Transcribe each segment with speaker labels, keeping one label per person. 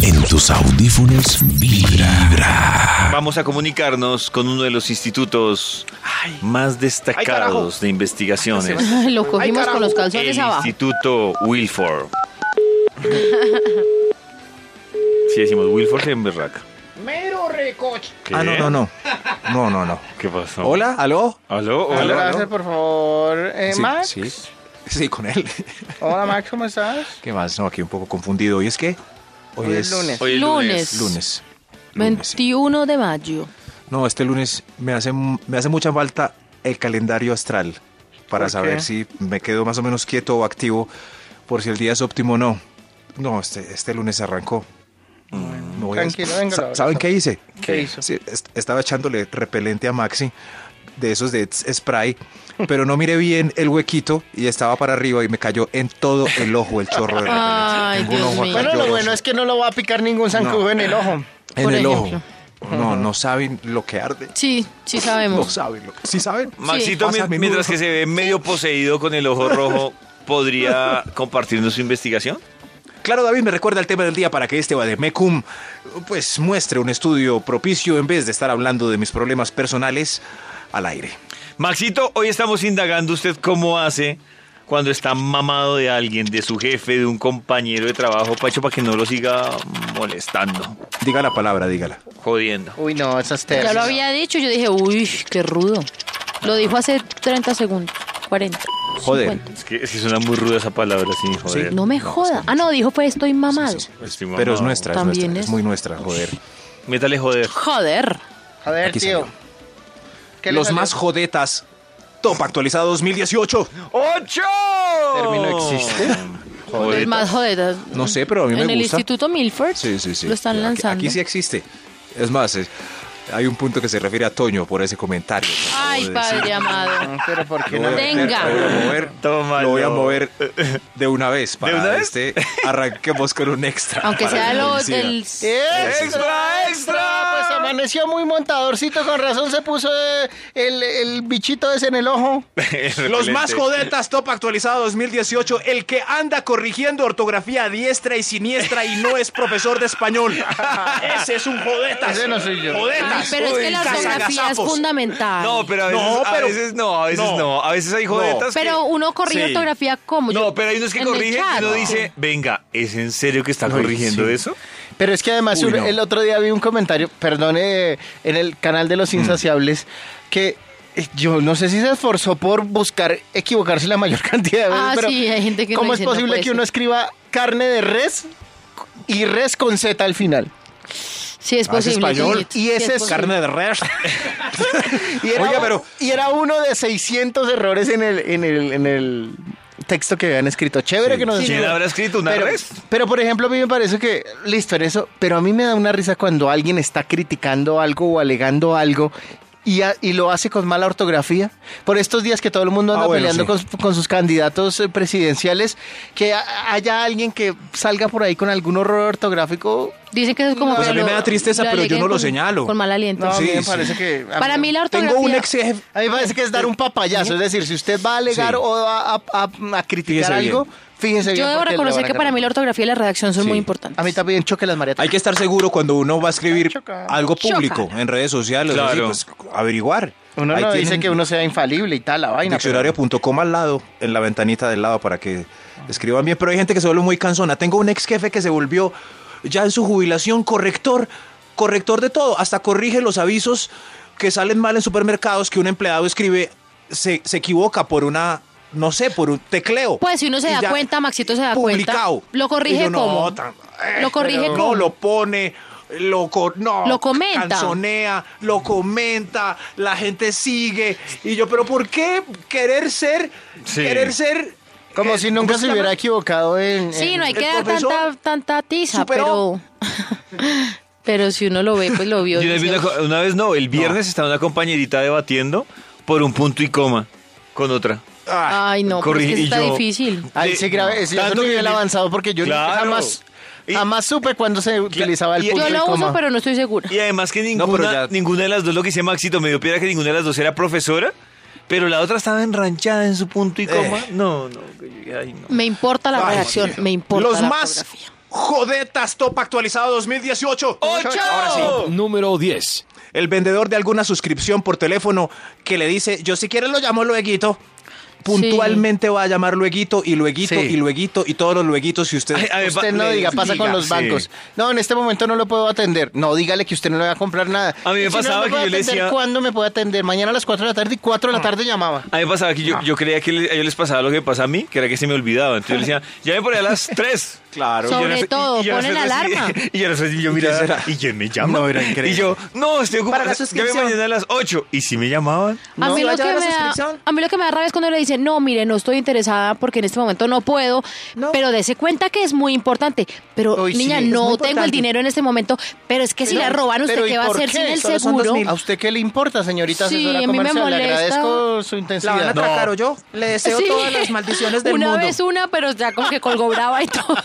Speaker 1: En tus audífonos vibra.
Speaker 2: Vamos a comunicarnos con uno de los institutos más destacados de investigaciones.
Speaker 3: Lo cogimos con los calzones
Speaker 2: El
Speaker 3: abajo.
Speaker 2: Instituto Wilford. Si decimos Wilford se emberraca.
Speaker 4: Mero recoche.
Speaker 2: ¿Qué?
Speaker 5: Ah, no, no, no. No, no, no.
Speaker 2: ¿Qué pasó?
Speaker 5: Hola, aló.
Speaker 2: ¿Aló?
Speaker 4: Hola,
Speaker 2: Hola.
Speaker 4: gracias, por favor. Eh,
Speaker 5: Sí,
Speaker 4: Max.
Speaker 5: Sí, sí, con él.
Speaker 4: Hola, Max, ¿cómo estás?
Speaker 5: ¿Qué más? No, aquí un poco confundido. ¿Y es que Hoy,
Speaker 4: Hoy es
Speaker 5: es
Speaker 4: lunes.
Speaker 2: Hoy es
Speaker 3: Lunes.
Speaker 5: Lunes. Lunes, sí.
Speaker 3: 21 de mayo.
Speaker 5: No, este lunes me hace, me hace mucha falta el calendario astral para
Speaker 4: ¿Por
Speaker 5: saber
Speaker 4: qué?
Speaker 5: si me quedo más o menos quieto o activo, por si el día es óptimo o no. No, este, este lunes arrancó. Me voy a-
Speaker 4: Tranquilo, venga,
Speaker 5: Sa-
Speaker 4: lo
Speaker 5: ¿Saben
Speaker 4: abrazo.
Speaker 5: qué hice?
Speaker 4: ¿Qué hizo?
Speaker 5: Sí, est- estaba echándole repelente a Maxi de esos de s- spray, pero no miré bien el huequito y estaba para arriba y me cayó en todo el ojo el chorro de repelente.
Speaker 3: Ay,
Speaker 5: Tengo un
Speaker 3: Dios
Speaker 5: ojo acá
Speaker 3: mío.
Speaker 4: Bueno, lo
Speaker 5: lloroso.
Speaker 4: bueno es que no lo va a picar ningún zancudo en el ojo.
Speaker 5: en
Speaker 3: Por
Speaker 5: el
Speaker 3: ejemplo.
Speaker 5: ojo. No, no saben lo que arde.
Speaker 3: Sí, sí
Speaker 5: No
Speaker 3: sabemos.
Speaker 5: saben lo que... Sí saben.
Speaker 2: Maxito,
Speaker 5: Pasa
Speaker 2: mi-
Speaker 5: a menudo.
Speaker 2: mientras que se ve medio poseído con el ojo rojo, ¿podría compartirnos su investigación?
Speaker 5: Claro, David, me recuerda el tema del día para que este Bademecum pues muestre un estudio propicio en vez de estar hablando de mis problemas personales al aire.
Speaker 2: Maxito, hoy estamos indagando usted cómo hace cuando está mamado de alguien, de su jefe, de un compañero de trabajo, Pacho, para que no lo siga molestando,
Speaker 5: Diga la palabra, dígala.
Speaker 2: jodiendo.
Speaker 4: Uy, no, esas tesis.
Speaker 3: Ya lo había dicho, yo dije, uy, qué rudo. Lo dijo hace 30 segundos, 40.
Speaker 5: Joder.
Speaker 3: 50.
Speaker 2: Es que, es que suena muy ruda esa palabra, sí, joder.
Speaker 3: No me joda. Ah, no, dijo, pues estoy mamado.
Speaker 2: Estoy mamado.
Speaker 5: Pero es nuestra, es
Speaker 3: También
Speaker 5: nuestra, es
Speaker 3: es.
Speaker 5: muy nuestra, joder.
Speaker 2: Métale joder.
Speaker 3: Joder.
Speaker 4: Joder,
Speaker 5: Aquí
Speaker 4: tío.
Speaker 5: salió.
Speaker 4: ¿Qué le
Speaker 5: Los
Speaker 4: salió?
Speaker 5: más jodetas. Top actualizado 2018.
Speaker 2: ¡Ocho!
Speaker 4: Término existe.
Speaker 2: Joder.
Speaker 3: Es más joder.
Speaker 5: No sé, pero a mí me
Speaker 3: En el
Speaker 5: gusta.
Speaker 3: Instituto Milford
Speaker 5: Sí, sí, sí.
Speaker 3: lo están
Speaker 5: Aquí-
Speaker 3: lanzando.
Speaker 5: Aquí, sí existe. Es más, eh, hay un punto que se refiere a Toño por ese comentario. que acabo
Speaker 3: Ay,
Speaker 5: de
Speaker 3: padre
Speaker 5: decir.
Speaker 3: amado.
Speaker 4: Mm, Pero ¿por qué
Speaker 5: Lo voy
Speaker 4: no?
Speaker 5: a meter,
Speaker 3: Venga.
Speaker 5: Lo voy a mover,
Speaker 2: Tómalo.
Speaker 5: lo voy a mover de una vez para
Speaker 2: una vez?
Speaker 5: este arranquemos con un extra.
Speaker 3: Aunque
Speaker 5: para
Speaker 3: sea
Speaker 5: que
Speaker 3: lo
Speaker 5: coincida.
Speaker 3: del...
Speaker 2: ¡Extra, extra!
Speaker 4: Pues amaneció muy montadorcito, con razón se puso eh, el, el bichito ese en el ojo.
Speaker 5: Los más jodetas top actualizado 2018, el que anda corrigiendo ortografía a diestra y siniestra y no es profesor de español. Ese es un jodetas.
Speaker 4: Ese no soy yo.
Speaker 3: Ay,
Speaker 5: Jodetas.
Speaker 3: pero es que
Speaker 5: Uy,
Speaker 3: la ortografía es
Speaker 5: cazagazapos.
Speaker 3: fundamental.
Speaker 2: No, pero a veces no,
Speaker 5: No,
Speaker 2: a
Speaker 5: pero-
Speaker 2: veces no, a veces no.
Speaker 5: no.
Speaker 2: A veces hay jodetas. que-
Speaker 3: Pero uno corrige
Speaker 2: Sí.
Speaker 3: ortografía como
Speaker 2: No, pero hay unos que corrigen y uno dice, venga, ¿es en serio que está corrigiendo
Speaker 5: sí.
Speaker 2: eso?
Speaker 4: Pero es que además
Speaker 5: Uy,
Speaker 4: un-
Speaker 5: no.
Speaker 4: el otro día vi un comentario, perdón, eh, en el canal de los
Speaker 5: Mm.
Speaker 4: insaciables, que eh, yo no sé si se esforzó por buscar equivocarse la mayor cantidad de veces,
Speaker 3: Ah,
Speaker 4: pero
Speaker 3: sí, hay gente que no
Speaker 4: ¿cómo es
Speaker 3: dice, no
Speaker 4: posible
Speaker 3: puede
Speaker 4: que uno
Speaker 3: ser.
Speaker 4: escriba carne de res y res con Z al final?
Speaker 3: Sí, es
Speaker 5: Ah, es
Speaker 3: posible.
Speaker 5: español.
Speaker 3: Toñito,
Speaker 4: Y
Speaker 3: sí
Speaker 4: ese es
Speaker 3: posible.
Speaker 5: Carne de res.
Speaker 4: Y era,
Speaker 5: Oiga,
Speaker 4: un-
Speaker 5: pero-
Speaker 4: y era uno de 600 errores en el, en el, en el texto que habían escrito. Chévere
Speaker 5: Sí.
Speaker 4: que nos
Speaker 2: ¿Quién
Speaker 4: ayudó.
Speaker 2: habrá escrito una
Speaker 4: pero,
Speaker 2: res?
Speaker 4: pero, por ejemplo, a mí me parece que, listo, en eso, pero a mí me da una risa cuando alguien está criticando algo o alegando algo y, a- y lo hace con mala ortografía. Por estos días que todo el mundo anda
Speaker 5: Ah, bueno,
Speaker 4: peleando
Speaker 5: sí.
Speaker 4: con, su- con sus candidatos eh, presidenciales, que a- haya alguien que salga por ahí con algún horror ortográfico.
Speaker 3: Dicen que eso es como...
Speaker 5: Pues a
Speaker 3: que
Speaker 5: mí me
Speaker 3: lo-
Speaker 5: da tristeza,
Speaker 3: lo
Speaker 5: pero yo
Speaker 3: aleguen
Speaker 5: no lo
Speaker 3: con-
Speaker 5: señalo.
Speaker 3: Con mal aliento.
Speaker 4: No,
Speaker 5: Sí,
Speaker 4: a mí me
Speaker 5: sí.
Speaker 4: parece que... a mí-
Speaker 3: Para mí la ortografía...
Speaker 5: Tengo un ex jefe. Eh,
Speaker 4: a mí me parece que es dar un papayazo, es decir, si usted va a alegar
Speaker 5: Sí.
Speaker 4: o a, a- a- a criticar
Speaker 5: Fíjese bien.
Speaker 4: algo, fíjense bien.
Speaker 3: Yo debo
Speaker 4: porque le
Speaker 3: reconocer
Speaker 4: van a
Speaker 3: que para
Speaker 4: cargar.
Speaker 3: mí la ortografía y la redacción son
Speaker 5: Sí.
Speaker 3: muy importantes.
Speaker 4: A mí también choque las maretas.
Speaker 5: Hay que estar seguro cuando uno va a escribir
Speaker 4: Choca.
Speaker 5: algo público
Speaker 3: Choca.
Speaker 5: en redes sociales,
Speaker 2: Claro.
Speaker 5: así, pues, averiguar.
Speaker 4: Uno
Speaker 5: Ahí
Speaker 4: no dice
Speaker 5: tienen
Speaker 4: que uno sea infalible y tal, la vaina.
Speaker 5: Diccionario.com al lado, en la ventanita del lado para que escriban bien. Pero hay gente que se vuelve muy cansona. Tengo un ex jefe que se volvió ya en su jubilación corrector, corrector de todo. Hasta corrige los avisos que salen mal en supermercados que un empleado escribe, se, se equivoca por una, no sé, por un tecleo.
Speaker 3: Pues si uno se
Speaker 5: Y
Speaker 3: da
Speaker 5: ya
Speaker 3: cuenta, Maxito se da
Speaker 5: publicado.
Speaker 3: cuenta. Lo corrige
Speaker 5: Y yo, no,
Speaker 3: como.
Speaker 5: tan- eh,
Speaker 3: lo corrige
Speaker 5: no,
Speaker 3: como.
Speaker 5: lo pone, lo, co- no,
Speaker 3: Lo comenta.
Speaker 5: Canzonea, lo comenta, la gente sigue. Y yo, pero ¿por qué querer ser,
Speaker 2: Sí.
Speaker 5: querer ser... eh,
Speaker 4: pero- Como si nunca se hubiera equivocado en.
Speaker 3: Eh, pues Sí,
Speaker 4: en-
Speaker 3: no hay que
Speaker 5: el
Speaker 3: dar
Speaker 5: profesor
Speaker 3: tanta, tanta tiza,
Speaker 5: eh, superó.
Speaker 3: pero. pero si uno lo ve, pues lo vio.
Speaker 2: Yo
Speaker 3: y
Speaker 2: les vi
Speaker 3: dice,
Speaker 2: una, co- una vez no, el viernes estaba una compañerita debatiendo por un punto y coma con otra.
Speaker 5: Ah,
Speaker 3: Ay, no, pero es
Speaker 2: Corrige-
Speaker 3: que eso
Speaker 2: y
Speaker 3: está
Speaker 2: yo-
Speaker 3: difícil.
Speaker 4: Ahí
Speaker 2: de-
Speaker 4: sí grave. Es, es
Speaker 2: Tanto
Speaker 4: un
Speaker 2: que
Speaker 4: nivel
Speaker 2: le-
Speaker 4: avanzado porque yo
Speaker 2: Claro.
Speaker 4: jamás,
Speaker 2: Y-
Speaker 4: jamás supe cuándo se utilizaba el
Speaker 2: y-
Speaker 4: punto
Speaker 3: Yo
Speaker 4: y
Speaker 3: lo
Speaker 4: coma.
Speaker 3: uso, pero no estoy segura.
Speaker 2: Y además que ninguna,
Speaker 5: pero ya-
Speaker 2: ninguna de las dos, lo que hice Maxito, me dio piedra que ninguna de las dos era profesora, pero la otra estaba enranchada
Speaker 5: Eh.
Speaker 2: en su punto y coma. No, no, que yo- ay, no.
Speaker 3: Me importa la
Speaker 5: Ay,
Speaker 3: redacción,
Speaker 5: sí.
Speaker 3: me importa
Speaker 5: Los
Speaker 3: la
Speaker 5: más-
Speaker 3: ortografía.
Speaker 5: Jodetas Top actualizado 2018. Ahora sí.
Speaker 6: Número 10.
Speaker 5: El vendedor de alguna suscripción por teléfono que le dice, yo si quieres lo llamo lueguito. Puntualmente va a llamar lueguito y lueguito
Speaker 4: Sí.
Speaker 5: y lueguito y todos los lueguitos si usted...
Speaker 2: Ay, ay,
Speaker 4: Usted no
Speaker 2: le-
Speaker 4: diga, pasa con
Speaker 2: diga,
Speaker 4: los
Speaker 2: sí.
Speaker 4: bancos. No, en este momento no lo puedo atender. No, dígale que usted no le va a comprar nada.
Speaker 2: A mí me
Speaker 4: Si no
Speaker 2: pasaba que
Speaker 4: puedo
Speaker 2: yo le
Speaker 4: atender,
Speaker 2: decía-
Speaker 4: ¿Cuándo me puede atender? Mañana a las 4 de la tarde y 4 de la tarde llamaba.
Speaker 2: A mí me pasaba que yo, yo creía que le- a ellos les pasaba lo que pasa a mí, que era que se me olvidaba. Entonces yo le decía, llame por ahí a las 3.
Speaker 5: Claro.
Speaker 2: yo
Speaker 3: Sobre
Speaker 2: no sé-
Speaker 3: todo,
Speaker 2: yo no sé
Speaker 3: ponen
Speaker 2: decir-
Speaker 3: alarma.
Speaker 2: Y yo, no sé si yo
Speaker 5: ¿Y qué
Speaker 2: miraba
Speaker 5: será?
Speaker 2: y quién me llama.
Speaker 5: No, era increíble.
Speaker 2: Y yo, no, estoy ocupado.
Speaker 5: Para la
Speaker 2: Llame
Speaker 5: suscripción.
Speaker 2: mañana a las 8. Y si me llamaban.
Speaker 3: A
Speaker 5: ¿No?
Speaker 3: mí,
Speaker 5: ¿Se va
Speaker 3: lo
Speaker 5: a
Speaker 3: que
Speaker 5: llevar la
Speaker 3: me da,
Speaker 5: suscripción?
Speaker 3: a mí lo que me da rabia es cuando le dicen, no, mire, no estoy interesada porque en este momento no puedo,
Speaker 5: No.
Speaker 3: pero dese cuenta que es muy importante. Pero,
Speaker 4: Uy, sí,
Speaker 3: niña,
Speaker 4: es
Speaker 3: no
Speaker 5: muy
Speaker 3: tengo el
Speaker 5: importante.
Speaker 3: dinero en este momento, pero es que si la
Speaker 4: Pero-
Speaker 3: roban, ¿usted
Speaker 4: pero ¿y
Speaker 3: qué va a
Speaker 4: por
Speaker 3: hacer
Speaker 4: qué?
Speaker 3: sin el
Speaker 5: Solo son dos
Speaker 3: seguro?
Speaker 5: mil.
Speaker 4: ¿A usted qué le importa, señorita
Speaker 3: Sí,
Speaker 4: asesora
Speaker 3: a mí me
Speaker 4: comercial? Le
Speaker 3: molesta.
Speaker 4: agradezco su
Speaker 5: La van a
Speaker 4: intensidad.
Speaker 5: atracar o yo. Le deseo
Speaker 3: Sí.
Speaker 5: todas las maldiciones del
Speaker 3: una
Speaker 5: mundo.
Speaker 3: vez una, pero ya como que colgó brava y todo.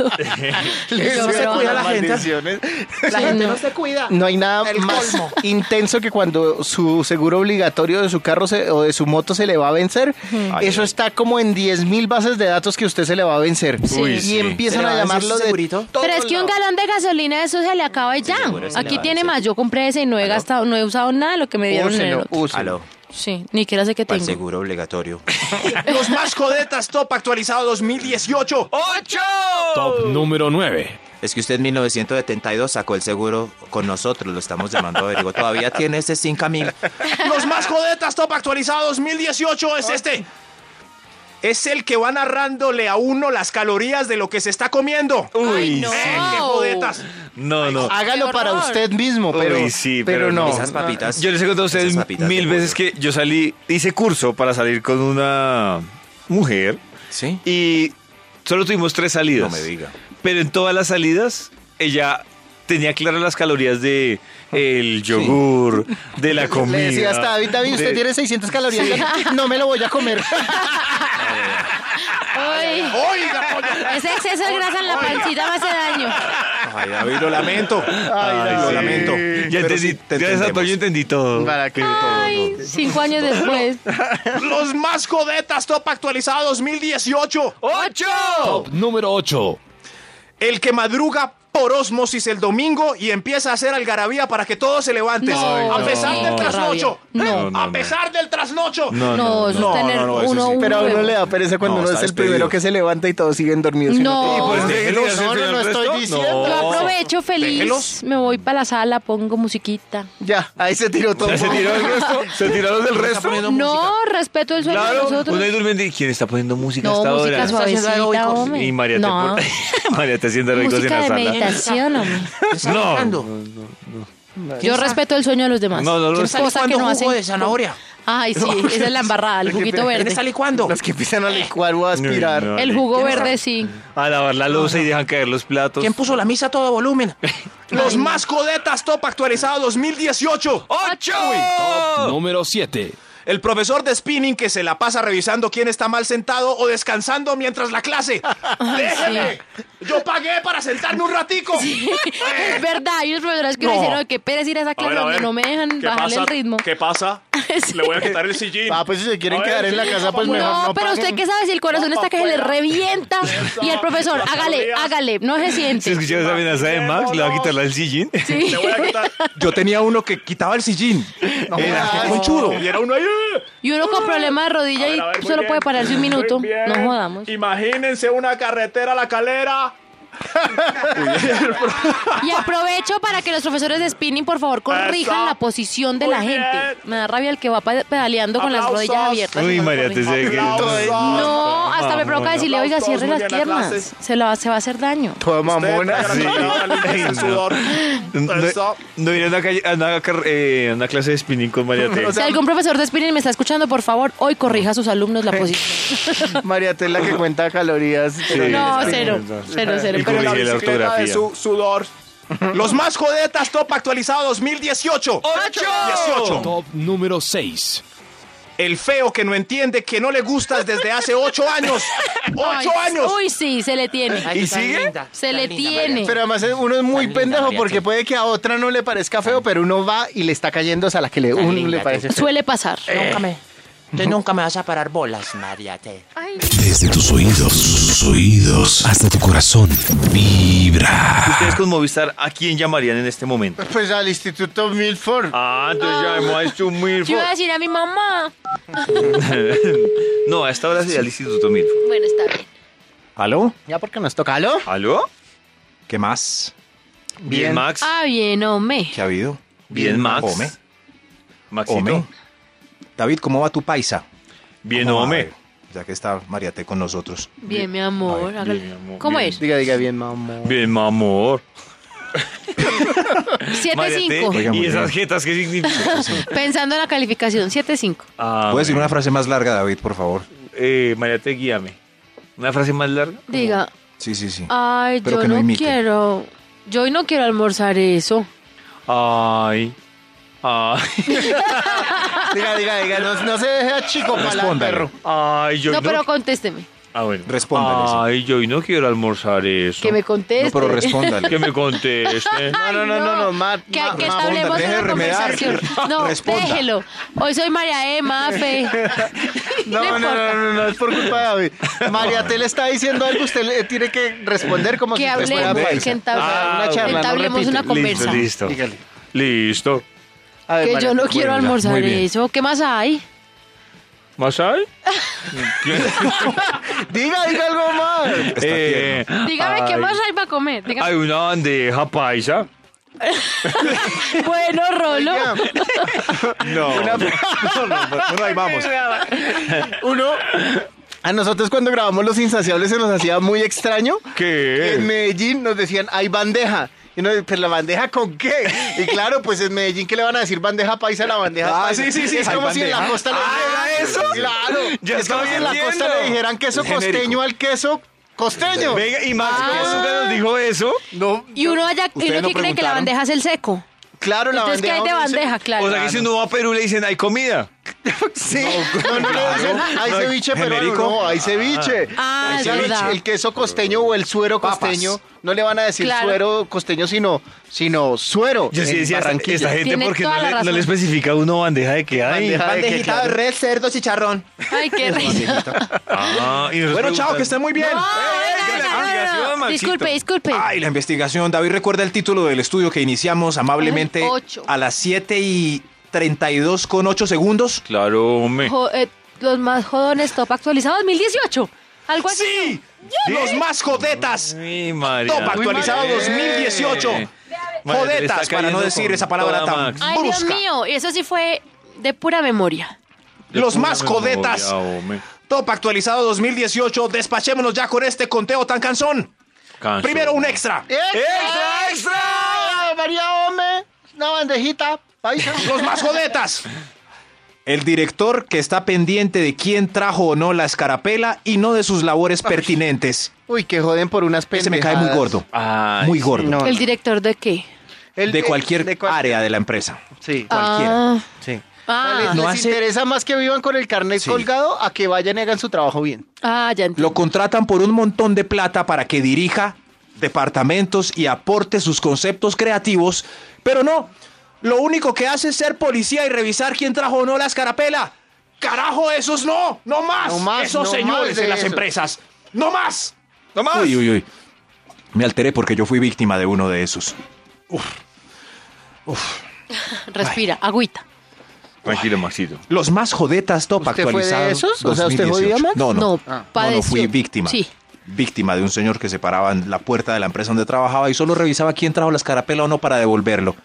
Speaker 5: Les
Speaker 3: Yo
Speaker 5: deseo
Speaker 3: creo-
Speaker 5: cuidar a la
Speaker 4: Las
Speaker 5: gente.
Speaker 4: maldiciones.
Speaker 5: La gente no se cuida.
Speaker 4: No hay nada
Speaker 5: El
Speaker 4: más
Speaker 5: colmo.
Speaker 4: intenso que cuando su seguro obligatorio de su carro se- o de su moto se le va a vencer.
Speaker 5: Ay,
Speaker 4: Eso
Speaker 5: ay.
Speaker 4: está como en 10.000 bases de datos que usted se le va a vencer.
Speaker 3: Sí. Uy,
Speaker 4: y
Speaker 2: sí.
Speaker 4: empiezan
Speaker 5: ¿Se le
Speaker 4: a
Speaker 5: va a vencer
Speaker 4: llamarlo
Speaker 5: ese
Speaker 4: de
Speaker 5: segurito?
Speaker 4: todos
Speaker 3: Pero es que un
Speaker 4: lados.
Speaker 3: galón de gasolina de eso se le acaba ya.
Speaker 5: seguro se le
Speaker 3: Aquí
Speaker 5: va,
Speaker 3: tiene
Speaker 5: sí.
Speaker 3: más. Yo compré ese y no he gastado, no he usado nada de lo que me dieron en el
Speaker 4: Úselo,
Speaker 3: otro.
Speaker 4: úselo.
Speaker 3: Sí, ni siquiera sé qué
Speaker 5: Al
Speaker 3: tengo.
Speaker 5: seguro obligatorio. Los más jodetas top actualizado 2018.
Speaker 6: Top número 9.
Speaker 5: Es que usted en 1972 sacó el seguro con nosotros, lo estamos llamando a ver. Digo, todavía tiene ese 5 mil. Los más jodetas top actualizado 2018
Speaker 2: Oh.
Speaker 5: es este. Es el que va narrándole a uno las calorías de lo que se está comiendo.
Speaker 3: Ay, no.
Speaker 5: Eh, ¡Qué jodetas!
Speaker 2: No, no.
Speaker 4: Hágalo
Speaker 3: Qué
Speaker 4: para
Speaker 3: horror.
Speaker 4: usted mismo, pero,
Speaker 2: Uy, sí,
Speaker 4: pero,
Speaker 2: pero
Speaker 4: no.
Speaker 2: no.
Speaker 5: Esas papitas.
Speaker 2: Yo les he contado a ustedes
Speaker 5: esas papitas
Speaker 2: mil
Speaker 5: de
Speaker 2: veces
Speaker 5: pollo.
Speaker 2: que yo salí, hice curso para salir con una mujer
Speaker 5: Sí.
Speaker 2: y solo tuvimos tres salidas.
Speaker 5: No me diga.
Speaker 2: Pero en todas las salidas, ella tenía claras las calorías de el yogur, de la comida.
Speaker 4: Le decía hasta David, David, usted
Speaker 2: de-
Speaker 4: tiene 600 calorías. No me lo voy a comer.
Speaker 3: Ay,
Speaker 5: ¡Oiga, pollo!
Speaker 3: ese exceso de grasa en la pancita me hace daño.
Speaker 5: Ay, David, lo lamento. Ay, lo
Speaker 2: sí.
Speaker 5: lamento.
Speaker 2: Ya
Speaker 5: Pero
Speaker 2: entendí,
Speaker 5: sí te
Speaker 2: gracias a todo, yo
Speaker 5: entendemos.
Speaker 2: entendí todo.
Speaker 4: Para que-
Speaker 3: Ah, Ay, cinco años después.
Speaker 5: Los más jodetas top actualizado 2018.
Speaker 6: Top número 8.
Speaker 5: El que madruga por osmosis el domingo y empieza a hacer algarabía para que todos se levanten.
Speaker 3: No,
Speaker 5: a pesar
Speaker 2: no,
Speaker 5: del
Speaker 2: qué
Speaker 5: trasnocho.
Speaker 3: rabia.
Speaker 5: ¿eh?
Speaker 2: No, no,
Speaker 5: a
Speaker 2: no.
Speaker 5: pesar del trasnocho.
Speaker 2: No,
Speaker 3: No,
Speaker 2: no,
Speaker 3: eso
Speaker 2: no.
Speaker 5: no,
Speaker 3: es tener
Speaker 5: no, no, eso
Speaker 3: uno,
Speaker 5: sí.
Speaker 3: uno.
Speaker 4: Pero a uno le da pereza cuando
Speaker 5: No,
Speaker 4: uno es
Speaker 5: está
Speaker 4: el primero
Speaker 5: despedido.
Speaker 4: que se levanta y todos siguen dormidos. y
Speaker 3: No.
Speaker 4: te-
Speaker 3: Y por
Speaker 2: Pues
Speaker 3: eso
Speaker 2: Déjelos,
Speaker 4: no, no, no
Speaker 2: ¿el
Speaker 4: estoy
Speaker 2: resto?
Speaker 4: diciendo.
Speaker 3: Yo
Speaker 2: No.
Speaker 3: aprovecho feliz.
Speaker 5: Déjelos.
Speaker 3: Me voy para la sala, pongo musiquita.
Speaker 4: Ya, ahí se tiró todo.
Speaker 2: ¿Se tiró el resto? ¿Se tiraron del resto?
Speaker 3: No, respeto el sueño de
Speaker 2: Claro, Pues
Speaker 3: nosotros.
Speaker 2: uno ahí durmiendo y ¿quién está poniendo música
Speaker 3: No,
Speaker 2: hasta ahora?
Speaker 3: música suavecita, hombre.
Speaker 2: Y María,
Speaker 3: no.
Speaker 2: te María está haciendo ricos en
Speaker 3: Música
Speaker 2: la
Speaker 3: de
Speaker 2: sala.
Speaker 3: meditación, hombre.
Speaker 2: No,
Speaker 3: Yo respeto el sueño de los demás.
Speaker 2: No, no, no.
Speaker 3: Es cosa que no hacen.
Speaker 5: zanahoria?
Speaker 3: Ay, sí, esa es la embarrada, el juguito verde.
Speaker 5: licuando?
Speaker 4: Los que empiezan a licuar o a aspirar.
Speaker 2: No,
Speaker 3: El jugo verde, sí.
Speaker 2: a lavar la losa y dejan caer los platos.
Speaker 5: puso la misa a todo volumen? Los más jodetas top actualizado 2018.
Speaker 2: ¡Ocho!
Speaker 6: Número 7.
Speaker 5: El profesor de spinning que se la pasa revisando quién está mal sentado o descansando mientras la clase.
Speaker 2: Ah,
Speaker 5: ¡Déjeme! Yo pagué para sentarme un ratico.
Speaker 3: Es verdad, hay unos profesores que me
Speaker 5: No.
Speaker 3: dicen, "Ay, qué pereza ir a esa clase donde no me dejan bajarle el ritmo.
Speaker 5: pasa?
Speaker 3: Sí.
Speaker 5: voy a quitar el sillín.
Speaker 4: Ah, pues si se quieren
Speaker 5: A ver,
Speaker 4: quedar en la
Speaker 5: sí,
Speaker 4: casa, pues
Speaker 3: No,
Speaker 4: mejor no.
Speaker 3: pero
Speaker 4: paguen.
Speaker 3: usted qué sabe si el corazón está que se le revienta y el profesor, hágale, hágale, no se
Speaker 2: Si
Speaker 3: siente.
Speaker 2: escuchas esa amenaza de Max, le va a quitar el sillín.
Speaker 3: Sí.
Speaker 5: Yo tenía uno que quitaba el sillín.
Speaker 4: No,
Speaker 5: Era
Speaker 4: jodas.
Speaker 5: conchudo. Y era uno ahí. ¡eh!
Speaker 3: Y uno con problemas de rodilla y solo puede pararse un minuto. No jodamos.
Speaker 5: Imagínense una carretera a la calera.
Speaker 3: Y aprovecho para que los profesores de spinning, por favor, corrijan
Speaker 5: Eso.
Speaker 3: la posición de la
Speaker 5: Muy
Speaker 3: gente.
Speaker 5: bien.
Speaker 3: Me da rabia el que va pa- pedaleando con las
Speaker 5: Aplausos.
Speaker 3: rodillas abiertas. y
Speaker 2: Uy,
Speaker 3: no lo
Speaker 2: María, te
Speaker 3: corrige.
Speaker 2: sé que...
Speaker 3: No, hasta me
Speaker 2: Mamona.
Speaker 3: provoca decirle, oiga,
Speaker 5: Aplausos,
Speaker 3: cierre
Speaker 5: muy
Speaker 3: las
Speaker 5: bien la clase.
Speaker 3: piernas. Se, la, se va a hacer daño.
Speaker 4: Toda mamona.
Speaker 5: Usted, traiga la tabla, limpie el sudor.
Speaker 2: No,
Speaker 5: Eso.
Speaker 2: no iré a una, calle- a una car- eh, a una clase de spinning con María T.
Speaker 3: Si algún profesor de spinning me está escuchando, por favor, hoy corrija a sus alumnos la posición.
Speaker 4: María Tela que cuenta calorías. pero-
Speaker 3: No, cero, cero, cero.
Speaker 2: Y
Speaker 3: pero-
Speaker 5: Con la
Speaker 2: Corrige la
Speaker 5: bicicleta de
Speaker 2: ortografía.
Speaker 5: su- sudor. Los más jodetas top actualizado 2018. 18.
Speaker 6: Top número 6.
Speaker 5: El feo que no entiende que no le gustas desde hace ocho años. ¡Ocho
Speaker 3: Ay,
Speaker 5: años!
Speaker 3: Uy, sí, se le tiene.
Speaker 2: ¿Y sigue?
Speaker 3: Se le tiene.
Speaker 4: Pero además es- uno es muy pendejo porque puede que a otra no le parezca feo, pero uno va y le está cayendo a la que le, uno le parece feo.
Speaker 7: eh,
Speaker 3: Suele pasar. Nunca me.
Speaker 7: Tú nunca me vas a parar bolas, Mariate.
Speaker 1: Desde tus oídos, sus oídos, hasta tu corazón. Vibra.
Speaker 2: Ustedes con Movistar, ¿a quién llamarían en este momento?
Speaker 4: Pues al Instituto Milford.
Speaker 2: Ah, entonces llamemos a Stu
Speaker 3: Yo
Speaker 2: Milford.
Speaker 3: iba a decir a mi mamá.
Speaker 2: No, a esta hora sería el Instituto Milford.
Speaker 3: Bueno, está bien.
Speaker 5: ¿Aló?
Speaker 4: Ya porque nos toca. ¿Aló?
Speaker 2: ¿Aló?
Speaker 5: ¿Qué más?
Speaker 2: Bien, Max.
Speaker 3: Ah, bien, hombre.
Speaker 5: ¿Qué ha habido?
Speaker 2: Bien, Max.
Speaker 5: Ome.
Speaker 2: Maxito.
Speaker 5: Ome. David, ¿cómo va tu paisa?
Speaker 2: Bien,
Speaker 5: ¿Cómo va,
Speaker 2: Ome.
Speaker 5: David? Ya que está Mariate con nosotros.
Speaker 3: Bien, mi amor.
Speaker 2: Ay,
Speaker 3: hágale.
Speaker 2: bien, mi amor,
Speaker 3: ¿Cómo
Speaker 2: bien.
Speaker 3: es?
Speaker 4: Diga, diga bien, mamá.
Speaker 2: Bien, mi amor. Mariate,
Speaker 3: 7-5.
Speaker 5: Oiga, muy
Speaker 2: ¿Y esas
Speaker 5: bien.
Speaker 2: jetas qué significan?
Speaker 3: Pensando en la calificación, 7-5.
Speaker 2: Ah,
Speaker 5: ¿Puedes decir una frase más larga, David, por favor?
Speaker 2: eh, Mariate, guíame. ¿Una frase más larga?
Speaker 3: Diga,
Speaker 5: Sí, sí, sí.
Speaker 3: ay,
Speaker 5: Pero
Speaker 3: yo
Speaker 5: que no
Speaker 3: no,
Speaker 5: imite.
Speaker 3: quiero. Yo hoy no quiero almorzar eso.
Speaker 2: Ay. Ay.
Speaker 4: Diga, diga, diga. No, no se deje a chico para
Speaker 5: Respóndale.
Speaker 4: perro.
Speaker 2: Ay, yo
Speaker 3: no,
Speaker 2: no.
Speaker 3: pero contésteme.
Speaker 2: Ah, bueno.
Speaker 5: Respóndale, sí.
Speaker 2: Ay, yo hoy no quiero almorzar eso.
Speaker 3: Que me conteste.
Speaker 5: No, pero respóndale.
Speaker 2: Que me conteste.
Speaker 3: Ay,
Speaker 4: Este, No, no, no, no, Matt,
Speaker 3: Que,
Speaker 4: Matt,
Speaker 3: que
Speaker 4: Matt,
Speaker 3: establemos
Speaker 5: deje de
Speaker 3: una
Speaker 5: remedar.
Speaker 3: conversación. No,
Speaker 5: Responda.
Speaker 3: déjelo. Hoy soy María E. Mafe.
Speaker 4: No, no, no, no, no, no, es por culpa de David. María Tel está diciendo algo, usted le tiene que responder como
Speaker 3: Que
Speaker 4: si usted fuera
Speaker 5: hablemos,
Speaker 4: paisa.
Speaker 3: hablemos, que entab-
Speaker 2: Ah,
Speaker 4: una charla, no
Speaker 3: entablemos
Speaker 4: repite.
Speaker 3: una conversa.
Speaker 2: Listo, listo.
Speaker 4: Dígale.
Speaker 2: Listo.
Speaker 4: A ver,
Speaker 3: Que
Speaker 4: María
Speaker 3: yo no
Speaker 4: Tel.
Speaker 3: quiero
Speaker 5: ya,
Speaker 3: almorzar
Speaker 5: muy bien.
Speaker 3: eso. ¿Qué más hay?
Speaker 2: ¿Más hay?
Speaker 4: Diga, diga algo más.
Speaker 5: Está
Speaker 2: Eh,
Speaker 3: Dígame, ¿qué
Speaker 2: ay,
Speaker 3: más hay para comer? Dígame.
Speaker 2: Hay una bandeja paisa.
Speaker 3: Bueno, Rolo.
Speaker 4: Oiga,
Speaker 5: No, no, no, bueno, ahí vamos.
Speaker 4: Uno, a nosotros cuando grabamos Los Insaciables se nos hacía muy extraño. que En
Speaker 2: ¿Qué?
Speaker 4: Medellín nos decían, hay bandeja. Y uno, pues la bandeja con qué? Y claro, pues en Medellín, ¿qué le van a decir bandeja paisa a la bandeja
Speaker 5: Ah,
Speaker 4: paisa?
Speaker 5: sí, sí, sí,
Speaker 4: Es
Speaker 5: hay
Speaker 4: como si en la
Speaker 5: bandeja.
Speaker 4: costa le
Speaker 2: Ah, ¿era eso?
Speaker 4: Claro.
Speaker 2: Ya
Speaker 4: es como si
Speaker 2: estoy
Speaker 4: en la
Speaker 2: entendiendo.
Speaker 4: costa le dijeran queso
Speaker 5: Es
Speaker 4: costeño
Speaker 5: genérico.
Speaker 4: al queso costeño.
Speaker 2: Venga, y Max ¿cómo nunca
Speaker 3: Ah.
Speaker 2: nos dijo eso.
Speaker 4: No,
Speaker 3: Y uno allá, y
Speaker 5: ¿Ustedes
Speaker 3: uno
Speaker 5: no
Speaker 3: que cree que la
Speaker 5: preguntaron?
Speaker 3: bandeja es el seco.
Speaker 4: claro, la
Speaker 3: Entonces, ¿qué
Speaker 4: bandeja.
Speaker 3: hay de
Speaker 4: dulce-
Speaker 3: bandeja? Claro.
Speaker 2: O sea que si uno va a Perú le dicen, hay comida.
Speaker 4: Sí. No, no, le dicen, hay
Speaker 5: No,
Speaker 4: ceviche, pero
Speaker 5: genérico.
Speaker 4: no, hay ceviche.
Speaker 3: Ah,
Speaker 4: Hay
Speaker 3: es
Speaker 4: ceviche.
Speaker 3: verdad.
Speaker 4: El queso costeño o el suero
Speaker 5: Papas.
Speaker 4: costeño. No le van a decir
Speaker 3: Claro.
Speaker 4: suero costeño, sino, sino suero.
Speaker 2: Yo sí
Speaker 4: en
Speaker 2: decía, esta,
Speaker 4: Barranquilla.
Speaker 2: esta gente
Speaker 3: Tiene
Speaker 2: porque
Speaker 3: toda
Speaker 2: no
Speaker 3: la
Speaker 2: le, no
Speaker 3: razón.
Speaker 2: le especifica a uno bandeja de qué hay.
Speaker 4: Bandeja de qué,
Speaker 7: Bandejita de
Speaker 4: claro.
Speaker 7: red, cerdo, chicharrón.
Speaker 3: Ay, qué rico.
Speaker 2: Ah, y nosotros
Speaker 5: Bueno, chao,
Speaker 2: preguntando.
Speaker 5: que estén muy bien.
Speaker 3: No, no, no, no, no, no. Disculpe, disculpe.
Speaker 5: Ay, la investigación. David recuerda el título del estudio que iniciamos amablemente
Speaker 3: Ay, ocho.
Speaker 5: a las 7 y 32 con 8 segundos.
Speaker 2: Claro, hombre.
Speaker 3: Jo- eh, los más jodones top actualizado 2018. Algo así.
Speaker 5: ¡Sí! ¡Los más jodetas!
Speaker 2: Ay, María.
Speaker 5: Top actualizado
Speaker 4: María.
Speaker 5: 2018. Jodetas, para no decir esa palabra tan
Speaker 3: Ay, Dios
Speaker 5: brusca.
Speaker 3: mío, eso sí fue de pura memoria.
Speaker 5: Los más jodetas. Top actualizado 2018. Despachémonos ya con este conteo tan cansón. Primero un extra.
Speaker 4: ¡Extra, extra! María Hombre, una bandejita. paisa.
Speaker 5: Los más jodetas. El director que está pendiente de quién trajo o no la escarapela y no de sus labores pertinentes.
Speaker 4: Uy, que joden por unas
Speaker 5: Ese
Speaker 4: pendejadas.
Speaker 5: me cae muy gordo.
Speaker 2: Ay,
Speaker 5: muy gordo.
Speaker 4: no.
Speaker 3: ¿El director de qué?
Speaker 4: El-
Speaker 5: de
Speaker 4: el-
Speaker 5: cualquier
Speaker 4: de cual-
Speaker 5: área de la empresa.
Speaker 4: Sí.
Speaker 5: Cualquiera.
Speaker 3: Ah,
Speaker 4: sí.
Speaker 3: ah,
Speaker 4: les
Speaker 5: No
Speaker 4: les
Speaker 5: hace-
Speaker 4: interesa más que vivan con el carnet
Speaker 5: Sí.
Speaker 4: colgado a que vayan y hagan su trabajo bien.
Speaker 3: ah, ya entiendo.
Speaker 5: Lo contratan por un montón de plata para que dirija departamentos y aporte sus conceptos creativos, pero no. Lo único que hace es ser policía y revisar quién trajo o no la escarapela. ¡Carajo, esos no! ¡No más!
Speaker 4: No más,
Speaker 5: ¡Esos
Speaker 4: no
Speaker 5: señores
Speaker 4: más de
Speaker 5: en las
Speaker 4: eso.
Speaker 5: empresas! ¡No más! ¡No más! Uy, uy, uy. Me alteré porque yo fui víctima de uno de esos.
Speaker 3: Respira, agüita.
Speaker 2: Tranquilo, Maxito.
Speaker 5: Los más jodetas top
Speaker 4: ¿Usted fue de
Speaker 5: actualizados.
Speaker 4: esos? O sea, ¿usted jodía más?
Speaker 5: No, no.
Speaker 3: No,
Speaker 5: No, no, fui
Speaker 3: padeció.
Speaker 5: víctima.
Speaker 3: Sí.
Speaker 5: Víctima de un señor que se paraba en la puerta de la empresa donde trabajaba y solo revisaba quién trajo la escarapela o no para devolverlo,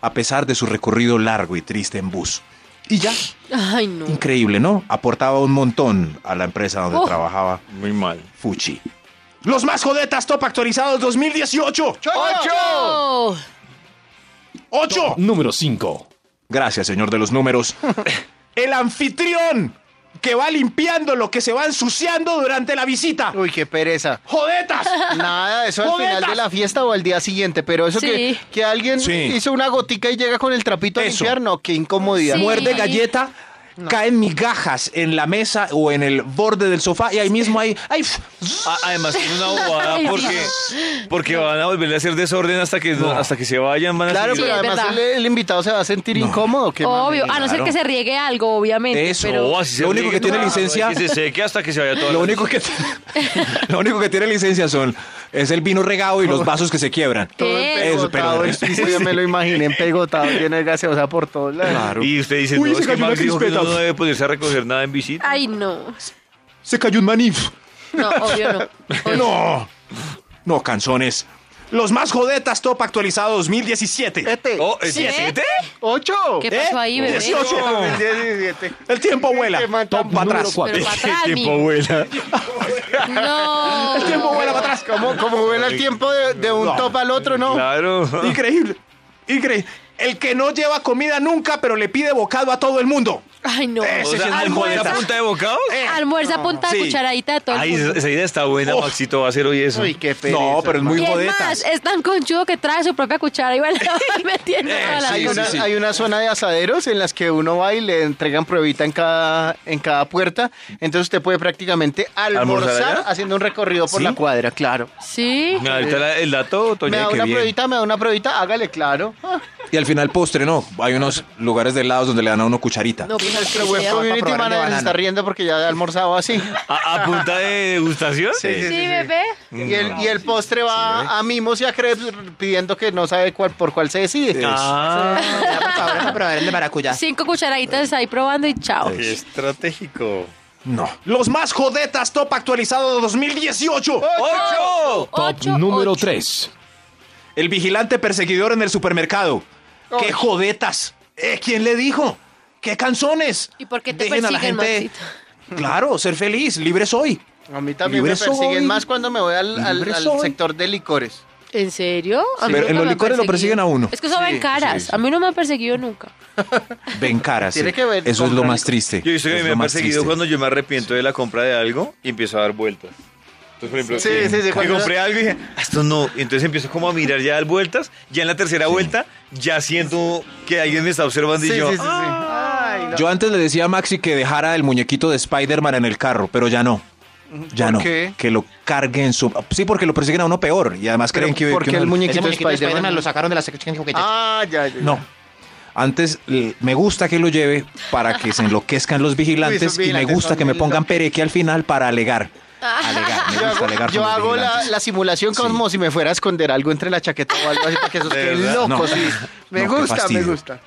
Speaker 5: a pesar de su recorrido largo y triste en bus. Y ya,
Speaker 3: Ay, no.
Speaker 5: increíble, ¿no? Aportaba un montón a la empresa donde
Speaker 3: Oh.
Speaker 5: trabajaba
Speaker 2: Muy mal.
Speaker 5: Fuchi. Los más jodetas top actualizados 2018.
Speaker 4: ¡Ocho!
Speaker 3: Oh,
Speaker 5: ¡Ocho!
Speaker 6: Número 5.
Speaker 5: Gracias, señor de los números. El anfitrión que va limpiando lo que se va ensuciando durante la visita.
Speaker 4: Uy, qué pereza.
Speaker 5: ¡Jodetas!
Speaker 4: Nada, eso al final
Speaker 5: ¡Jodetas!
Speaker 4: de la fiesta o al día siguiente, pero eso
Speaker 3: Sí.
Speaker 4: que, que alguien
Speaker 5: Sí.
Speaker 4: hizo una gotica y llega con el trapito a
Speaker 5: Eso.
Speaker 4: limpiar, no, qué incomodidad.
Speaker 3: Sí.
Speaker 5: Muerde galleta Caen migajas en la mesa o en el borde del sofá y ahí mismo hay... ¡Ay! pf, zzz,
Speaker 2: A- Ah, Además, es una bobada
Speaker 3: Ay,
Speaker 2: porque, porque van a volver a hacer desorden hasta que, hasta que se vayan. Van a
Speaker 4: Claro,
Speaker 2: seguir-
Speaker 4: pero
Speaker 3: es
Speaker 4: además
Speaker 3: verdad.
Speaker 4: el, el invitado se va a sentir incómodo. ¿qué
Speaker 3: Obvio,
Speaker 4: mami?
Speaker 3: a no ser que se riegue algo, obviamente.
Speaker 5: Eso,
Speaker 3: pero...
Speaker 2: No, así se
Speaker 5: Lo único
Speaker 2: ríe,
Speaker 5: que tiene
Speaker 2: no,
Speaker 5: licencia-
Speaker 2: es Que se seque hasta que se vaya todo.
Speaker 5: Lo único, que, lo único que tiene licencia son es el vino regado y los vasos que se quiebran.
Speaker 4: Todo
Speaker 3: ¿Qué?
Speaker 5: Eso,
Speaker 4: empegotado,
Speaker 5: pero-
Speaker 4: el piso, yo me lo imaginé empegotado, lleno de gaseosa por todos lados.
Speaker 5: Claro.
Speaker 2: Y usted dice,
Speaker 5: Uy,
Speaker 2: no,
Speaker 5: se
Speaker 2: es que
Speaker 5: cayó
Speaker 2: Max
Speaker 5: la
Speaker 2: dijo que uno
Speaker 5: crispeta.
Speaker 2: no debe ponerse a recoger nada en visita.
Speaker 8: Ay, no.
Speaker 5: Se cayó un manif.
Speaker 3: No, obvio no.
Speaker 5: No. Pues No, canzones. Los más jodetas top actualizado 2017.
Speaker 4: Este,
Speaker 2: Oh, ¿es
Speaker 3: ¿Sí?
Speaker 2: siete?
Speaker 4: ocho.
Speaker 3: ¿Eh? ¿Qué pasó
Speaker 5: ¿Eh?
Speaker 3: ahí, bebé?
Speaker 5: 18.
Speaker 4: El 17.
Speaker 5: El tiempo vuela.
Speaker 4: Qué mal
Speaker 5: Top
Speaker 4: tan
Speaker 5: para
Speaker 6: número
Speaker 5: atrás.
Speaker 6: cuatro.
Speaker 3: Pero para atrás, mijo.
Speaker 2: vuela.
Speaker 3: No.
Speaker 5: El tiempo vuela para atrás.
Speaker 4: Como, como ven el tiempo de, de un
Speaker 5: No.
Speaker 4: top al otro, ¿no?
Speaker 2: Claro.
Speaker 5: Increíble. Increíble. El que no lleva comida nunca, pero le pide bocado a todo el mundo.
Speaker 3: Ay, no. Eh.
Speaker 5: Eso
Speaker 2: O
Speaker 5: sí es
Speaker 2: sea,
Speaker 5: muy
Speaker 2: ¿almuerza
Speaker 5: jodeta.
Speaker 2: a punta de bocados?
Speaker 3: Almuerza a punta de
Speaker 5: Sí.
Speaker 3: cucharadita de todo el
Speaker 2: Ay,
Speaker 3: mundo.
Speaker 2: esa idea está buena,
Speaker 5: Uf.
Speaker 2: Maxito. Va a hacer hoy eso.
Speaker 4: Uy, qué pereza,
Speaker 5: No, pero es muy
Speaker 3: Y es
Speaker 5: jodetas.
Speaker 3: más, es tan conchudo que trae su propia cuchara y va a la- metiendo toda la
Speaker 5: sí,
Speaker 4: Hay,
Speaker 5: sí,
Speaker 4: una,
Speaker 5: sí.
Speaker 4: hay una zona de asaderos en las que uno va y le entregan pruebita en cada, en cada puerta. Entonces usted puede prácticamente almorzar,
Speaker 2: ¿Almorzar allá?
Speaker 4: haciendo un recorrido por la cuadra, claro.
Speaker 3: Sí.
Speaker 2: Me ahorita la- el dato,
Speaker 4: Me
Speaker 2: Toña,
Speaker 4: da
Speaker 2: qué
Speaker 4: una
Speaker 2: bien.
Speaker 4: pruebita, me da una pruebita, hágale, claro. Ah,
Speaker 5: Y al final postre, no. Hay unos lugares de helados donde le dan a uno cucharita.
Speaker 3: No, pues,
Speaker 4: Nuestro
Speaker 3: sí,
Speaker 4: web
Speaker 3: sí,
Speaker 4: community
Speaker 5: probar el de
Speaker 4: manager se
Speaker 5: banana.
Speaker 4: está riendo porque ya ha almorzado así.
Speaker 2: ¿A, a punta de degustación?
Speaker 3: sí, bebé.
Speaker 4: Y el, y el postre va a mimos y a crepes pidiendo que no sabe cuál, por cuál se decide.
Speaker 2: Ah,
Speaker 7: Vamos a probar el de maracuyá.
Speaker 3: Cinco cucharaditas ahí probando y chao.
Speaker 2: estratégico.
Speaker 5: No. Los más jodetas top actualizado 2018.
Speaker 2: ¡Ocho!
Speaker 6: Top
Speaker 3: Ocho,
Speaker 6: número
Speaker 3: ocho.
Speaker 6: 3.
Speaker 5: El vigilante perseguidor en el supermercado. ¡Qué jodetas! Eh, ¿Quién le dijo? ¡Qué canzones!
Speaker 3: ¿Y por qué te
Speaker 5: Dejen a la
Speaker 3: persiguen,
Speaker 5: gente. Claro, ser feliz, libre soy.
Speaker 4: A mí también me
Speaker 5: Libre soy.
Speaker 4: persiguen más cuando me voy al, al-
Speaker 5: Libre
Speaker 4: al
Speaker 5: soy.
Speaker 4: sector de licores.
Speaker 3: ¿En serio? A mí
Speaker 5: Pero
Speaker 3: nunca
Speaker 5: en los
Speaker 3: me han
Speaker 5: licores lo
Speaker 3: perseguido.
Speaker 5: persiguen a uno.
Speaker 3: Es que eso va en caras. A mí no me han perseguido nunca.
Speaker 5: Ven caras.
Speaker 4: Tiene
Speaker 5: sí.
Speaker 4: que ver
Speaker 5: Eso es
Speaker 4: con
Speaker 5: lo
Speaker 4: Franco.
Speaker 5: más triste.
Speaker 2: Yo he visto que
Speaker 5: Es
Speaker 2: me
Speaker 5: lo
Speaker 2: han
Speaker 5: más
Speaker 2: perseguido
Speaker 5: triste.
Speaker 2: cuando yo me arrepiento de la compra de algo y empiezo a dar vueltas. Entonces, por ejemplo, eh,
Speaker 4: Sí, sí, sí,
Speaker 2: que
Speaker 4: cuando-
Speaker 2: compré algo y dije, "Ah, esto no. Y entonces empiezo como a mirar ya a dar vueltas. Ya en la tercera vuelta, ya siento que alguien me está observando y yo. "Ah".
Speaker 4: Ay, no.
Speaker 5: Yo antes le decía a Maxi que dejara el muñequito de Spider-Man en el carro, pero ya no. Ya
Speaker 4: ¿Por
Speaker 5: no.
Speaker 4: qué?
Speaker 5: Que lo carguen su. Sí, porque lo persiguen a uno peor. Y además
Speaker 4: Pero
Speaker 5: creen que.
Speaker 4: ¿por
Speaker 5: que
Speaker 4: qué
Speaker 5: uno-
Speaker 4: el muñequito
Speaker 7: Ese
Speaker 4: de
Speaker 7: muñequito de
Speaker 4: Spider-Man.
Speaker 7: Spider-Man lo sacaron de la sección de juguetes.
Speaker 4: Ah, ya, ya, ya.
Speaker 5: No. Antes l- me gusta que lo lleve para que se enloquezcan los
Speaker 4: Uy,
Speaker 5: vigilantes
Speaker 4: esos
Speaker 5: y me
Speaker 4: vigilantes
Speaker 5: gusta
Speaker 4: son
Speaker 5: que me
Speaker 4: muy
Speaker 5: pongan pereque al final para alegar. Alegar, me
Speaker 4: Yo
Speaker 5: gusta
Speaker 4: hago,
Speaker 5: alegar con
Speaker 4: yo
Speaker 5: los
Speaker 4: hago la,
Speaker 5: vigilantes.
Speaker 4: la simulación como si me fuera a esconder algo entre la chaqueta o algo así para que esos
Speaker 2: De
Speaker 4: queden
Speaker 2: verdad.
Speaker 4: locos.
Speaker 5: No.
Speaker 4: sí. Me
Speaker 5: No, qué
Speaker 4: gusta, me
Speaker 5: fastidio.
Speaker 4: gusta.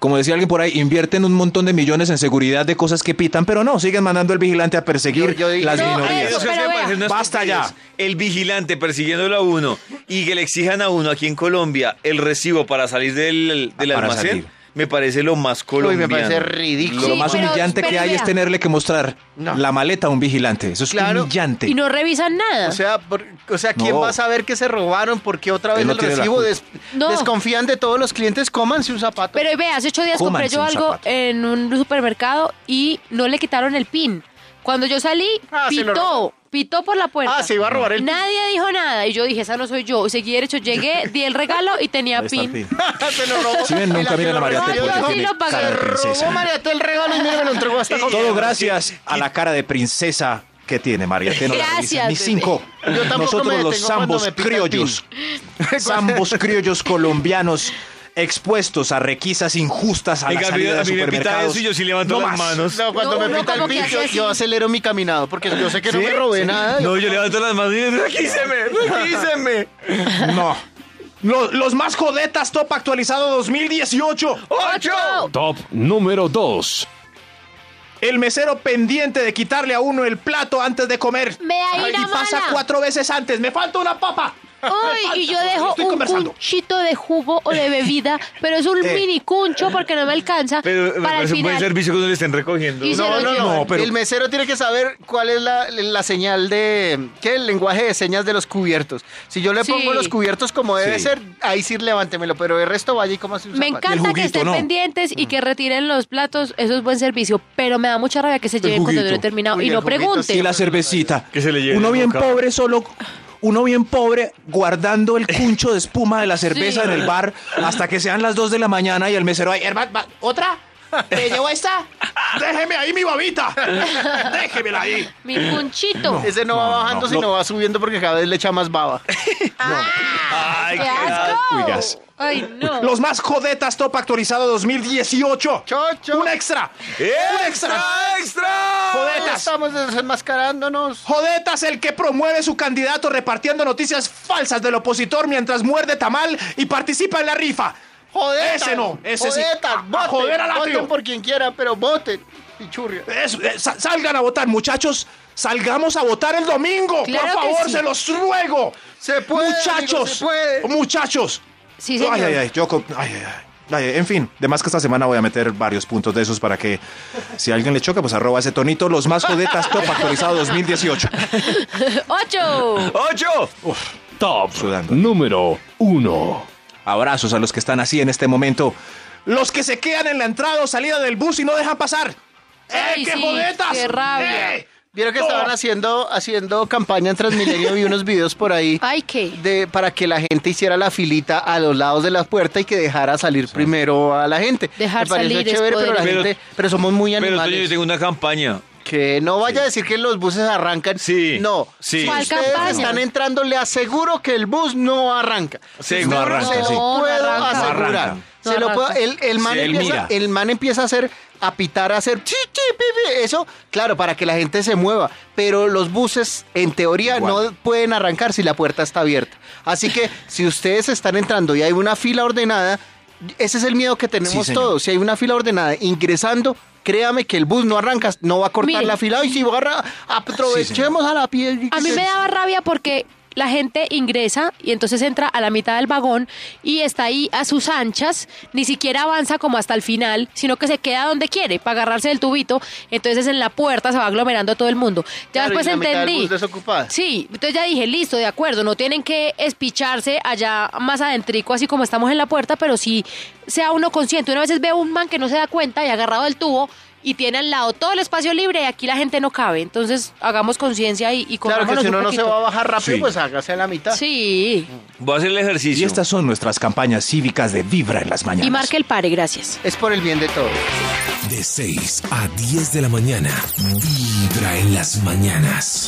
Speaker 5: Como decía alguien por ahí, invierten un montón de millones en seguridad de cosas que pitan, pero no, siguen mandando al vigilante a perseguir
Speaker 4: Yo- yo dije-
Speaker 5: las
Speaker 4: No,
Speaker 5: minorías.
Speaker 3: eso-
Speaker 2: Discusión
Speaker 3: pero
Speaker 2: me
Speaker 3: vea.
Speaker 2: parecen unas
Speaker 5: Basta ya.
Speaker 2: tonterías. El vigilante persiguiéndolo a uno y que le exijan a uno aquí en Colombia el recibo para salir del, del
Speaker 5: Para
Speaker 2: almacén,
Speaker 5: salir.
Speaker 2: me parece lo más
Speaker 4: Uy,
Speaker 2: colombiano.
Speaker 4: me parece ridículo.
Speaker 5: Lo
Speaker 3: Sí,
Speaker 5: más
Speaker 3: pero-
Speaker 5: humillante que
Speaker 3: pero
Speaker 5: hay
Speaker 3: vea.
Speaker 5: es tenerle que mostrar
Speaker 4: No.
Speaker 5: la maleta a un vigilante. Eso es
Speaker 4: Claro.
Speaker 5: humillante.
Speaker 3: Y no revisan nada.
Speaker 4: O sea, por- o sea, ¿quién
Speaker 5: No.
Speaker 4: va a saber que se robaron? ¿Por qué otra vez
Speaker 5: Él no
Speaker 4: el
Speaker 5: tiene la
Speaker 4: recibo?
Speaker 5: culpa.
Speaker 4: Des-
Speaker 3: No.
Speaker 4: Desconfían de todos los clientes, cómanse un zapato.
Speaker 3: Pero ve, hace ocho días compré
Speaker 5: Cómanse
Speaker 3: yo
Speaker 5: un
Speaker 3: algo
Speaker 5: zapato.
Speaker 3: en un supermercado y no le quitaron el pin. Cuando yo salí,
Speaker 4: Ah, se lo
Speaker 3: pitó, pitó por la puerta.
Speaker 4: Ah, se iba a robar el pin.
Speaker 3: Nadie dijo nada. Y yo dije, esa no soy yo. Y seguí derecho, llegué, di el regalo y tenía
Speaker 5: Ahí está el
Speaker 3: pin.
Speaker 5: fin.
Speaker 4: se lo robó.
Speaker 5: Si ven,
Speaker 4: Y la
Speaker 5: nunca
Speaker 4: que
Speaker 5: miran
Speaker 4: lo
Speaker 5: a María
Speaker 4: recibió
Speaker 5: T, porque
Speaker 3: no,
Speaker 4: dijo,
Speaker 3: sí
Speaker 5: tiene
Speaker 3: lo pagué.
Speaker 5: cara de
Speaker 4: Robó
Speaker 5: princesa.
Speaker 4: María T el regalo y mira, me lo entregó hasta con-
Speaker 5: Todo gracias a la cara de princesa que tiene María T. No la
Speaker 3: Gracias,
Speaker 5: revisan ni
Speaker 3: bebé.
Speaker 5: cinco.
Speaker 4: Yo tampoco me
Speaker 5: Nosotros
Speaker 4: detengo
Speaker 5: los
Speaker 4: cuando
Speaker 5: zambos
Speaker 4: me pica el
Speaker 5: criollos, zambos criollos colombianos expuestos a requisas injustas a
Speaker 2: En
Speaker 5: la
Speaker 2: cambio,
Speaker 5: salida
Speaker 2: a
Speaker 5: de
Speaker 2: mí me pita
Speaker 5: supermercados.
Speaker 2: eso y yo sí levanto
Speaker 5: No
Speaker 2: las
Speaker 5: más.
Speaker 2: manos.
Speaker 4: No, cuando
Speaker 3: No,
Speaker 4: me
Speaker 3: uno
Speaker 4: pinta el
Speaker 3: como que
Speaker 4: pin,
Speaker 3: hace
Speaker 4: yo,
Speaker 3: así.
Speaker 4: yo acelero mi caminado porque yo sé que no me robé nada.
Speaker 2: No, yo levanto las manos y digo, requíseme, requíseme.
Speaker 5: No. Los, los más jodetas top actualizado 2018.
Speaker 2: Oh. ¡Ocho!
Speaker 6: Top número 2.
Speaker 5: El mesero pendiente de quitarle a uno el plato antes de comer.
Speaker 3: Me da
Speaker 5: y
Speaker 3: ira
Speaker 5: pasa
Speaker 3: mala.
Speaker 5: cuatro veces antes. Me falta una papa.
Speaker 3: Uy, y yo dejo
Speaker 5: Estoy
Speaker 3: un
Speaker 5: conversando. Eh.
Speaker 3: cunchito de jugo o de bebida, pero es un mini cuncho porque no me alcanza
Speaker 2: Pero me
Speaker 3: para el
Speaker 5: pues,
Speaker 2: parece un buen
Speaker 3: final.
Speaker 2: servicio que no le estén recogiendo.
Speaker 3: Y se
Speaker 4: No,
Speaker 3: lo
Speaker 4: no,
Speaker 3: llevan.
Speaker 4: no,
Speaker 5: No, pero-
Speaker 4: El mesero tiene que saber cuál es la, la señal de. ¿Qué? El lenguaje de señas de los cubiertos. Si yo le
Speaker 3: Sí.
Speaker 4: pongo los cubiertos como debe
Speaker 5: Sí.
Speaker 4: ser, ahí sí levántemelo, pero el resto vaya y coma su
Speaker 3: Me encanta que
Speaker 5: juguito,
Speaker 3: estén
Speaker 5: ¿no? Mm.
Speaker 3: pendientes y que retiren los platos, eso es buen servicio, pero me da mucha rabia que se lleven cuando yo lo he
Speaker 5: juguito.
Speaker 3: terminado
Speaker 4: Uy,
Speaker 3: y
Speaker 4: el
Speaker 3: no
Speaker 4: juguito
Speaker 3: pregunten.
Speaker 5: Y la cervecita.
Speaker 2: Que se le lleve
Speaker 5: uno
Speaker 2: la
Speaker 5: bien
Speaker 2: boca.
Speaker 5: pobre solo. Uno bien pobre guardando el cuncho de espuma de la cerveza
Speaker 3: Sí.
Speaker 5: en el bar hasta que sean las 2 de la mañana y el mesero ahí, hermano, va-
Speaker 7: ¿Otra? ¿Te llevo esta?
Speaker 5: ¡Déjeme ahí mi babita! ¡Déjemela ahí!
Speaker 3: Mi punchito.
Speaker 4: Ese no, va bajando,
Speaker 5: no,
Speaker 4: sino va subiendo porque cada vez le echa más baba.
Speaker 2: Ay,
Speaker 3: ¡Qué asco!
Speaker 5: Uy, gas.
Speaker 3: Ay, no.
Speaker 5: Los más jodetas top actualizado 2018.
Speaker 4: ¡Chocho!
Speaker 5: ¡Un extra! ¡Un extra!
Speaker 2: extra!
Speaker 5: ¡Jodetas!
Speaker 4: Estamos desenmascarándonos.
Speaker 5: Jodetas el que promueve su candidato repartiendo noticias falsas del opositor mientras muerde tamal y participa en la rifa.
Speaker 4: ¡Jodetas!
Speaker 5: Ese no, ese sí.
Speaker 4: ¡Jodetas!
Speaker 5: A- a
Speaker 4: voten,
Speaker 5: joder al
Speaker 4: voten
Speaker 5: atrio.
Speaker 4: por quien quiera, pero voten. Pichurria.
Speaker 5: Es- eh, sa- salgan a votar, muchachos. Salgamos a votar el domingo.
Speaker 3: Claro
Speaker 5: por
Speaker 3: que
Speaker 5: favor,
Speaker 3: sí.
Speaker 5: se los ruego.
Speaker 4: Se puede,
Speaker 5: Muchachos.
Speaker 4: amigo, se puede.
Speaker 5: Muchachos.
Speaker 3: Sí, señor.
Speaker 5: Ay, ay, ay, yo con- ay, ay, ay. Ay, en fin, además que esta semana voy a meter varios puntos de esos para que si a alguien le choca, pues arroba ese tonito, los más jodetas top actualizado 2018. ¡Eh,
Speaker 3: ¡Ocho!
Speaker 2: ¡Ocho!
Speaker 6: Top
Speaker 5: Sudando.
Speaker 6: número 1.
Speaker 5: Abrazos a los que están así en este momento. Los que se quedan en la entrada o salida del bus y no dejan pasar. ¡Eh,
Speaker 3: Ay,
Speaker 5: qué
Speaker 3: sí,
Speaker 5: jodetas!
Speaker 3: qué rabia.
Speaker 5: ¡Eh!
Speaker 4: Vieron que
Speaker 5: No.
Speaker 4: estaban haciendo, haciendo campaña en Transmilenio, vi unos videos por ahí.
Speaker 3: Ay, ¿qué?
Speaker 4: de, para que la gente hiciera la filita a los lados de la puerta y que dejara salir primero a la gente.
Speaker 3: Dejar
Speaker 4: Me pareció
Speaker 3: salir es
Speaker 4: chévere, pero, la
Speaker 2: poder.
Speaker 4: gente, pero somos muy
Speaker 2: Pero Toño, yo
Speaker 4: animales.
Speaker 2: tengo una campaña.
Speaker 4: Que no vaya a decir que los buses arrancan.
Speaker 2: Sí,
Speaker 4: No.
Speaker 2: sí.
Speaker 4: Si
Speaker 3: ¿Cuál
Speaker 4: ustedes
Speaker 3: campaña?
Speaker 4: están entrando, le aseguro que el bus no arranca.
Speaker 2: Seguro.
Speaker 4: No arranca, se lo
Speaker 3: sí. No, no
Speaker 4: puedo
Speaker 3: arranca.
Speaker 5: No
Speaker 4: asegurar.
Speaker 5: arranca.
Speaker 4: Se lo
Speaker 3: No
Speaker 4: puedo-
Speaker 3: arranca.
Speaker 4: el, el man
Speaker 5: Sí, él mira.
Speaker 4: empieza, el man empieza a hacer, a pitar, a hacer chi, chi, pi, pi, eso, claro, para que la gente se mueva. Pero los buses, en teoría, no pueden arrancar si la puerta está abierta. Así que si ustedes están entrando y hay una fila ordenada, ese es el miedo que tenemos
Speaker 5: señor.
Speaker 4: todos. Si hay una fila ordenada ingresando, créame que el bus no arranca, no va a cortar
Speaker 3: Mire.
Speaker 4: la fila. Y si va a arran- aprovechemos a la piel.
Speaker 3: A mí me
Speaker 4: da
Speaker 3: daba rabia porque la gente ingresa y entonces entra a la mitad del vagón y está ahí a sus anchas, ni siquiera avanza como hasta el final, sino que se queda donde quiere para agarrarse del tubito, entonces en la puerta se va aglomerando todo el mundo. Ya
Speaker 4: Claro,
Speaker 3: después
Speaker 4: y la mitad del
Speaker 3: entendí.
Speaker 4: bus desocupada.
Speaker 3: Sí, entonces ya dije, listo, de acuerdo, no tienen que espicharse allá más adentrico así como estamos en la puerta, pero sí sea uno consciente. Una vez veo un man que no se da cuenta y agarrado del tubo y tiene al lado todo el espacio libre y aquí la gente no cabe, entonces hagamos conciencia y,
Speaker 4: Claro que
Speaker 3: y corrámonos
Speaker 4: si
Speaker 3: un
Speaker 4: uno no se
Speaker 3: poquito.
Speaker 4: va a bajar rápido,
Speaker 5: Sí.
Speaker 4: pues hágase a la mitad.
Speaker 3: Sí.
Speaker 2: Voy a hacer el ejercicio.
Speaker 5: Y estas son nuestras campañas cívicas de Vibra en las mañanas.
Speaker 3: Y marque el pare, gracias.
Speaker 4: Es por el bien de todos.
Speaker 1: De 6 a 10 de la mañana. Vibra en las mañanas.